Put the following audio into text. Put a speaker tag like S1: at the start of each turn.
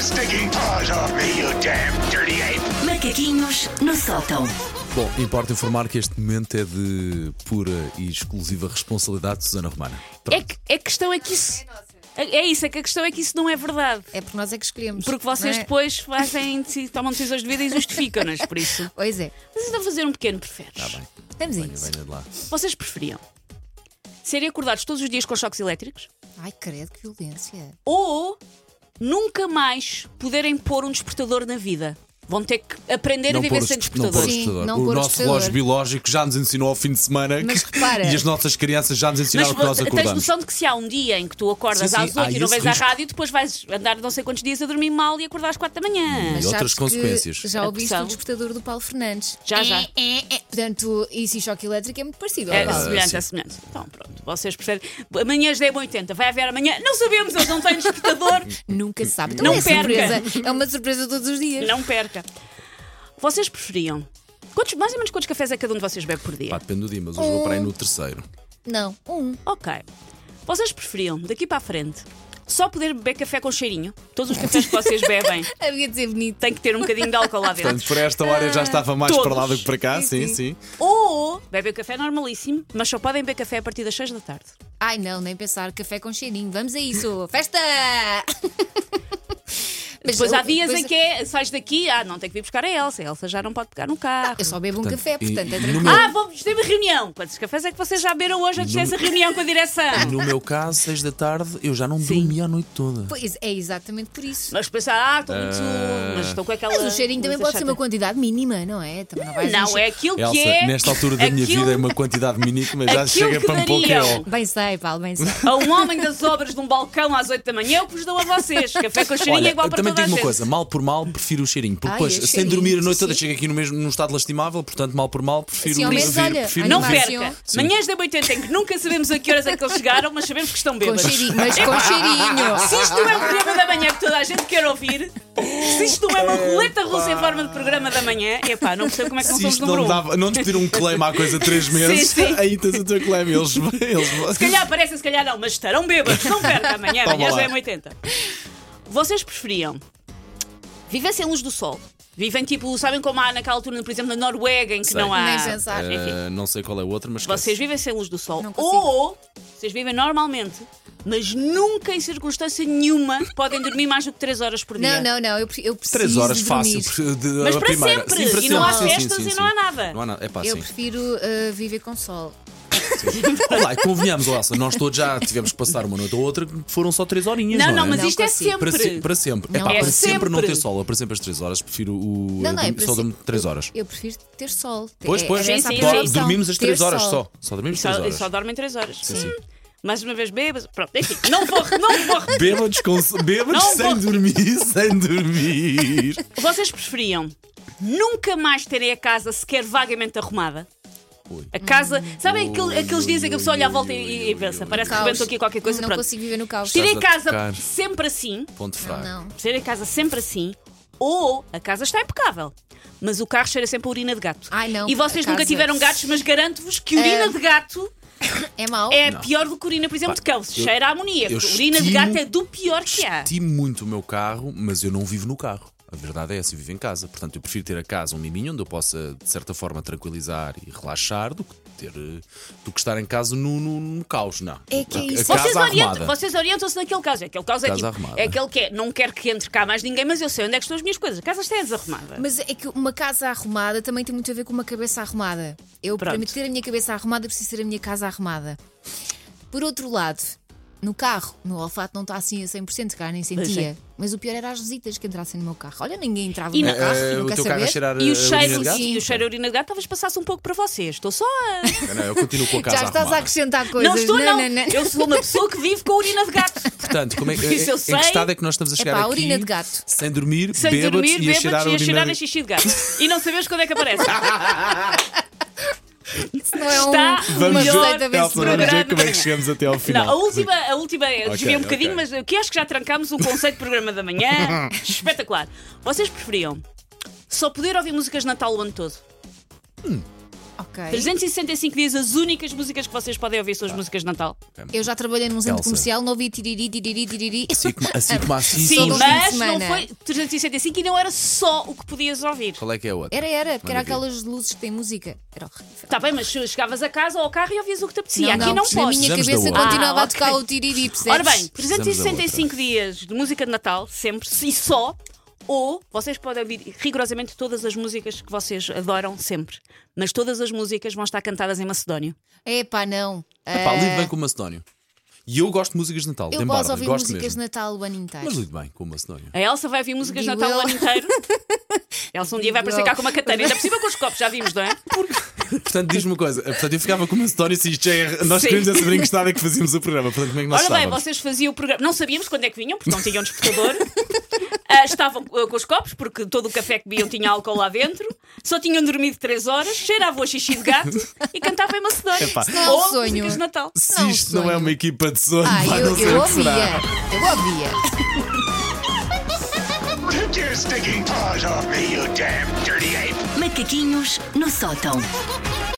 S1: sticking paws off me, you damn dirty ape!
S2: Macaquinhos no sótão.
S3: Bom, importa informar que este momento é de pura e exclusiva responsabilidade de Susana Romana.
S4: É que a questão é que isso. É, isso, é que a questão é que isso não é verdade.
S5: É porque nós é que escolhemos.
S4: Porque vocês
S5: não é?
S4: depois fazem, deci- tomam decisões de vida e justificam-nas, por isso.
S5: Pois é.
S4: Vocês estão a fazer um pequeno preferes.
S3: Está Tá bem.
S5: Vamos a
S3: Venha,
S5: isso.
S3: venha de lá.
S4: Vocês preferiam serem acordados todos os dias com choques elétricos
S5: Ai, credo, que violência.
S4: ou nunca mais poderem pôr um despertador na vida? Vão ter que aprender a
S3: pôr
S4: viver
S3: os-
S4: sem
S3: não pôr os
S4: despertador.
S5: Sim,
S3: despertador.
S5: não
S3: o
S5: pôr o
S3: nosso
S5: despertador.
S3: relógio biológico já nos ensinou ao fim de semana
S5: Mas
S3: que-
S5: repara.
S3: e as nossas crianças já nos
S4: Mas
S3: ensinaram que nós
S4: vo- tens
S3: acordamos.
S4: noção de que se há um dia em que tu acordas
S3: Sim, sim,
S4: às
S3: há
S4: 8 e não
S3: esse
S4: vens
S3: risco.
S4: à rádio, depois vais andar não sei quantos dias a dormir mal e acordar às 4 da manhã.
S3: E
S5: Mas
S3: outras
S5: sabes que
S3: consequências.
S5: Já
S4: A
S5: ouviste
S4: É pressão.
S5: o despertador do Paulo Fernandes.
S4: Já, já.
S5: É, é, é. Portanto, isso e choque elétrico é muito parecido.
S4: É
S5: ao Paulo.
S4: semelhante,
S3: sim.
S4: é semelhante. Então, pronto, vocês preferem. Amanhã às 10h80, vai haver amanhã. Não sabemos, eles não têm despertador.
S5: Nunca se sabe. Então
S4: Não
S5: é
S4: perca.
S5: surpresa. É uma surpresa todos os dias.
S4: não perca. Vocês preferiam. Quantos, mais ou menos quantos cafés é que cada um de vocês bebe por dia?
S3: Pá, depende do dia, mas hoje vou para aí no terceiro.
S5: Não. Um.
S4: Ok. Vocês preferiam, daqui para a frente, só poder beber café com cheirinho? Todos os cafés que vocês bebem
S5: Havia de ser bonito.
S4: têm que ter um bocadinho de álcool lá dentro.
S3: Portanto, por esta hora já estava mais
S4: Todos.
S3: para lá do que para cá, sim,
S5: Sim,
S3: sim.
S5: sim.
S4: Ou bebem o café normalíssimo, mas só podem beber café a partir das 6 da tarde.
S5: Ai, não, nem pensar. Café com cheirinho. Vamos a isso. Festa! Mas
S4: Depois
S5: eu-
S4: há dias
S5: depois-
S4: em que é, sais daqui, ah, não tem que vir buscar a Elsa, a Elsa já não pode pegar no carro.
S5: Eu só bebo um
S3: Portanto,
S5: café,
S3: e-
S5: portanto é
S3: e no
S5: tranquilo.
S3: meu-
S4: Ah, vamos ter uma reunião. Quantos cafés é que vocês já beberam hoje antes
S3: No-
S4: dessa reunião com a direção?
S3: No meu caso, seis da tarde, eu já não dormi a noite toda.
S5: Pois é, exatamente por isso.
S4: Mas pensar, ah, estou muito. Mas estou com aquela.
S5: Mas o cheirinho também
S4: coisa
S5: pode ser
S4: é
S5: uma
S4: chata.
S5: quantidade mínima, não é? Também não vais
S4: Não,
S5: encher-
S4: é aquilo que
S3: Elsa,
S4: é.
S3: nesta altura da minha
S4: aquilo-
S3: vida é uma quantidade mínima, já
S4: aquilo
S3: chega
S4: que
S3: para me pôr que é
S4: dariam.
S3: ó.
S5: Bem sei, Paulo, bem sei.
S4: A um homem das obras de um balcão às 8 da manhã, eu que vos dou a vocês. Café com cheirinho
S3: Olha,
S4: é igual para
S3: também
S4: toda
S3: digo
S4: a
S3: uma
S4: gente.
S3: coisa, mal por mal prefiro o cheirinho, porque
S5: Ai,
S3: depois,
S5: é
S3: sem
S5: cheirinho,
S3: dormir a noite
S5: sim.
S3: toda, chego aqui no mesmo num estado lastimável, portanto, mal por mal prefiro
S5: Sim, ao menos,
S3: prefiro,
S5: olha,
S3: prefiro
S4: Não
S5: Animação.
S4: perca.
S3: Sim.
S4: Manhãs da 80 em que nunca sabemos a que horas é que eles chegaram, mas sabemos que estão
S5: Com
S4: bêbados.
S5: cheirinho, mas com
S4: Se
S5: cheirinho.
S4: isto não é um programa da manhã que toda a gente quer ouvir, se isto não é uma roleta russa em forma de programa da manhã, epá, não percebo como é que não
S3: Se
S4: somos
S3: isto não,
S4: número um.
S3: dava, não te pediram um claim há coisa de 3 meses,
S4: Sim, sim.
S3: aí tens o teu claim. Eles, eles...
S4: Se calhar aparecem, se calhar não, mas estarão bêbados, não perca amanhã,
S3: Toma
S4: amanhã
S3: lá.
S4: já é 80. Vocês preferiam viver sem luz do sol? Vivem tipo, sabem como há naquela altura, por exemplo, na Noruega, em que
S3: Sei.
S4: não há.
S5: Nem pensar.
S4: Enfim,
S3: Eh, não sei qual é o outro, mas
S4: vocês
S3: esquece.
S4: vivem sem luz do sol.
S5: Não consigo.
S4: Ou vocês vivem normalmente, mas nunca em circunstância nenhuma podem dormir mais do que 3 horas por dia.
S5: Não, não, não, eu, pre- eu preciso.
S3: Três horas
S5: de
S3: fácil.
S5: dormir.
S3: de- de-
S4: Mas
S3: a
S4: para
S3: primeira.
S4: sempre,
S3: Sim, para
S4: e não há
S3: sempre, sim,
S4: festas
S3: sim,
S4: e
S3: sim,
S4: não há
S3: sim.
S4: nada.
S3: Não há nada. É pá,
S5: Eu
S3: sim.
S5: prefiro uh, viver com sol.
S3: Olá, convenhamos, Elsa, nós todos já tivemos que passar uma noite ou outra, que foram só três horinhas.
S4: Não, não,
S3: é?
S4: mas
S5: Não
S4: isto é
S5: consigo.
S4: sempre.
S3: Para, se- para sempre.
S5: Não
S3: Epá,
S4: é.
S3: para sempre.
S4: Sempre.
S3: não ter sol, eu, por exemplo, as 3 horas, prefiro o.
S5: Não, não, é
S3: eu
S5: para
S3: só
S5: sempre.
S3: durmo 3 horas.
S5: Eu prefiro ter sol.
S3: Pois,
S5: É-
S3: pois,
S5: era essa a
S4: Sim, sim,
S5: primeira
S3: Dor-
S4: sim.
S5: opção.
S3: dormimos as
S5: Ter
S3: 3 horas
S5: sol.
S3: só. Só
S4: E
S3: dormimos
S4: só,
S3: 3
S4: e
S3: horas.
S4: só dormem 3 horas.
S3: Sim, sim.
S4: Mais uma vez bebas. Pronto, enfim, não vou, não vou repetir.
S3: Bêbados, com... Bêbados
S4: Não
S3: sem
S4: vou-
S3: dormir, sem dormir.
S4: Vocês preferiam nunca mais terem a casa sequer vagamente arrumada?
S3: Ui.
S4: A casa. Sabem
S3: Ui,
S4: aquele- aqueles dias em que a pessoa olha à volta e, e pensa, parece que rebentou aqui qualquer coisa.
S5: Não
S4: pronto.
S5: consigo viver no caos.
S4: Terem a
S3: Estás a
S4: casa
S3: tocar.
S4: sempre assim,
S3: Ponto fraco.
S5: Não.
S4: terem a casa sempre assim, ou a casa está impecável, mas o carro cheira sempre a urina de gato.
S5: Ai, não,
S4: e vocês
S5: a
S4: nunca
S5: casa-
S4: tiveram gatos, mas garanto-vos que urina
S5: É.
S4: de gato
S5: É mau?
S4: é pior do que urina, por exemplo, de cão. Se cheira a amoníaco.
S3: eu
S4: Urina de
S3: estimo-
S4: gato é do pior que há.
S3: Estimo muito o meu carro, mas eu não vivo no carro. A verdade é essa, eu vivo em casa. Portanto, eu prefiro ter a casa um miminho onde eu possa, de certa forma, tranquilizar e relaxar do que ter eh, do que estar em casa no, no- no caos, não.
S5: É que é
S3: A-
S5: isso.
S3: A,
S4: Vocês
S3: casa
S4: orientam-
S3: arrumada.
S4: vocês orientam-se naquele caso. Aquele caso é,
S3: Casa
S4: tipo,
S3: arrumada.
S4: é aquele que é, não quero que entre cá mais ninguém, mas eu sei onde é que estão as minhas coisas. A casa está é desarrumada.
S5: Mas é que uma casa arrumada também tem muito a ver com uma cabeça arrumada. Eu, para
S4: Pronto.
S5: me ter a minha cabeça arrumada, preciso ter a minha casa arrumada. Por outro lado, no carro, no olfato não está assim a 100%, cara, nem sentia.
S4: é.
S5: Mas o pior era as visitas que entrassem no meu carro. Olha, ninguém entrava
S4: E
S5: no
S4: não-
S5: carro,
S3: Eh,
S5: não
S3: o
S5: quer
S3: teu
S5: saber.
S3: carro a cheirar
S4: E
S3: a
S4: o cheiro,
S3: urina de gato?
S4: e o cheiro a urina de gato talvez passasse um pouco para vocês. Estou só a.
S3: Não, eu continuo com a casa
S5: Já estás a
S3: arrumada.
S5: acrescentar coisas.
S4: Não estou, não.
S5: não, não.
S4: Eu sou uma pessoa que vive com urina de gato.
S3: Portanto, como é que,
S4: Isso eu
S3: em
S4: sei.
S3: que estado é que nós estamos a chegar
S5: Epá, a
S3: aqui
S5: urina de gato.
S3: sem dormir,
S4: Sem
S3: bêbados
S4: dormir,
S3: e a cheirar a
S4: e a
S3: urina
S4: cheirar
S3: de-
S5: assim.
S3: Ah,
S4: a xixi de gato. E não sabemos quando é que aparece.
S5: Não é
S4: Está
S5: um,
S4: o
S5: uma
S3: Vamos
S4: melhor
S5: receita
S3: ver,
S5: bem
S3: Elsa, vamos
S4: programa.
S3: ver como é que chegamos até ao final.
S4: Não, a última, a última desviei um
S3: ok.
S4: bocadinho, mas eu que acho que já trancámos o conceito de programa da manhã. Espetacular. Vocês preferiam só poder ouvir músicas de Natal o ano todo?
S5: Ok.
S4: 365 dias, as únicas músicas que vocês podem ouvir são as músicas de Natal.
S5: Eu já trabalhei num centro
S3: Elsa.
S5: comercial, não ouvi tiriri, tiriri, tiriri.
S3: Assim como assim, como assim
S4: Sim,
S5: um
S3: são os-
S5: fim de
S4: mas não
S5: semana.
S4: foi 365 e não era só o que podias ouvir.
S3: Qual é que é a outra?
S5: Era, era, porque era
S3: Manda ver.
S5: aquelas luzes que têm música. Era horrível.
S4: Está Tá bem, mas chegavas a casa ou ao carro e ouvias o que te apetecia. Aqui não,
S5: na
S4: podes.
S5: minha
S3: Precisamos
S5: cabeça
S3: da outra.
S5: continuava
S4: Ah,
S5: a tocar
S4: ok.
S5: o tiriri, percebes?
S4: Ora bem,
S3: Precisamos da
S4: 365 dias de música de Natal, sempre, e só, ou vocês podem ouvir rigorosamente todas as músicas que vocês adoram sempre. Mas todas as músicas vão estar cantadas em Macedónio.
S5: Epá, não.
S3: Epá,
S5: Ah,
S3: lido bem com o Macedónio. E eu gosto de músicas de Natal,
S5: eu
S3: tem
S5: posso
S3: barba,
S5: ouvir
S3: gosto
S5: músicas de
S3: mesmo.
S5: Natal o ano inteiro.
S3: Mas lido bem com o Macedónio.
S4: A Elsa vai ouvir músicas de
S5: Digo
S4: Natal o
S5: eu.
S4: ano inteiro. Elsa um dia vai aparecer
S5: Digo
S4: cá
S5: eu.
S4: com uma catana, ainda por cima com os copos, já vimos, não é?
S3: Portanto, diz-me uma coisa. Portanto, eu ficava com o Macedónio se isto já é... Nós
S4: Sim.
S3: queríamos é saber em que estado é que fazíamos o programa. Portanto, como é que nós
S4: Ora bem,
S3: estávamos?
S4: vocês faziam o programa. Não sabíamos quando é que vinham, porque não tinham despertador. Ah, estavam ah, com os copos, porque todo o café que bebiam tinha álcool lá dentro. Só tinham dormido 3 horas, cheiravam a xixi de gato e cantavam em Macedónia.
S3: Epá.
S5: Isso não é um
S4: Ou
S5: sonho.
S4: músicas de Natal.
S3: Se
S5: Não,
S3: isto não é
S5: sonho.
S3: uma equipa de sonho,
S5: Ah,
S3: pá,
S5: eu,
S3: não sei
S5: eu
S3: o que será.
S5: ouvia. Eu ouvia.
S1: Take your stinking paws off me, you damn dirty ape!
S2: Macaquinhos no sótão.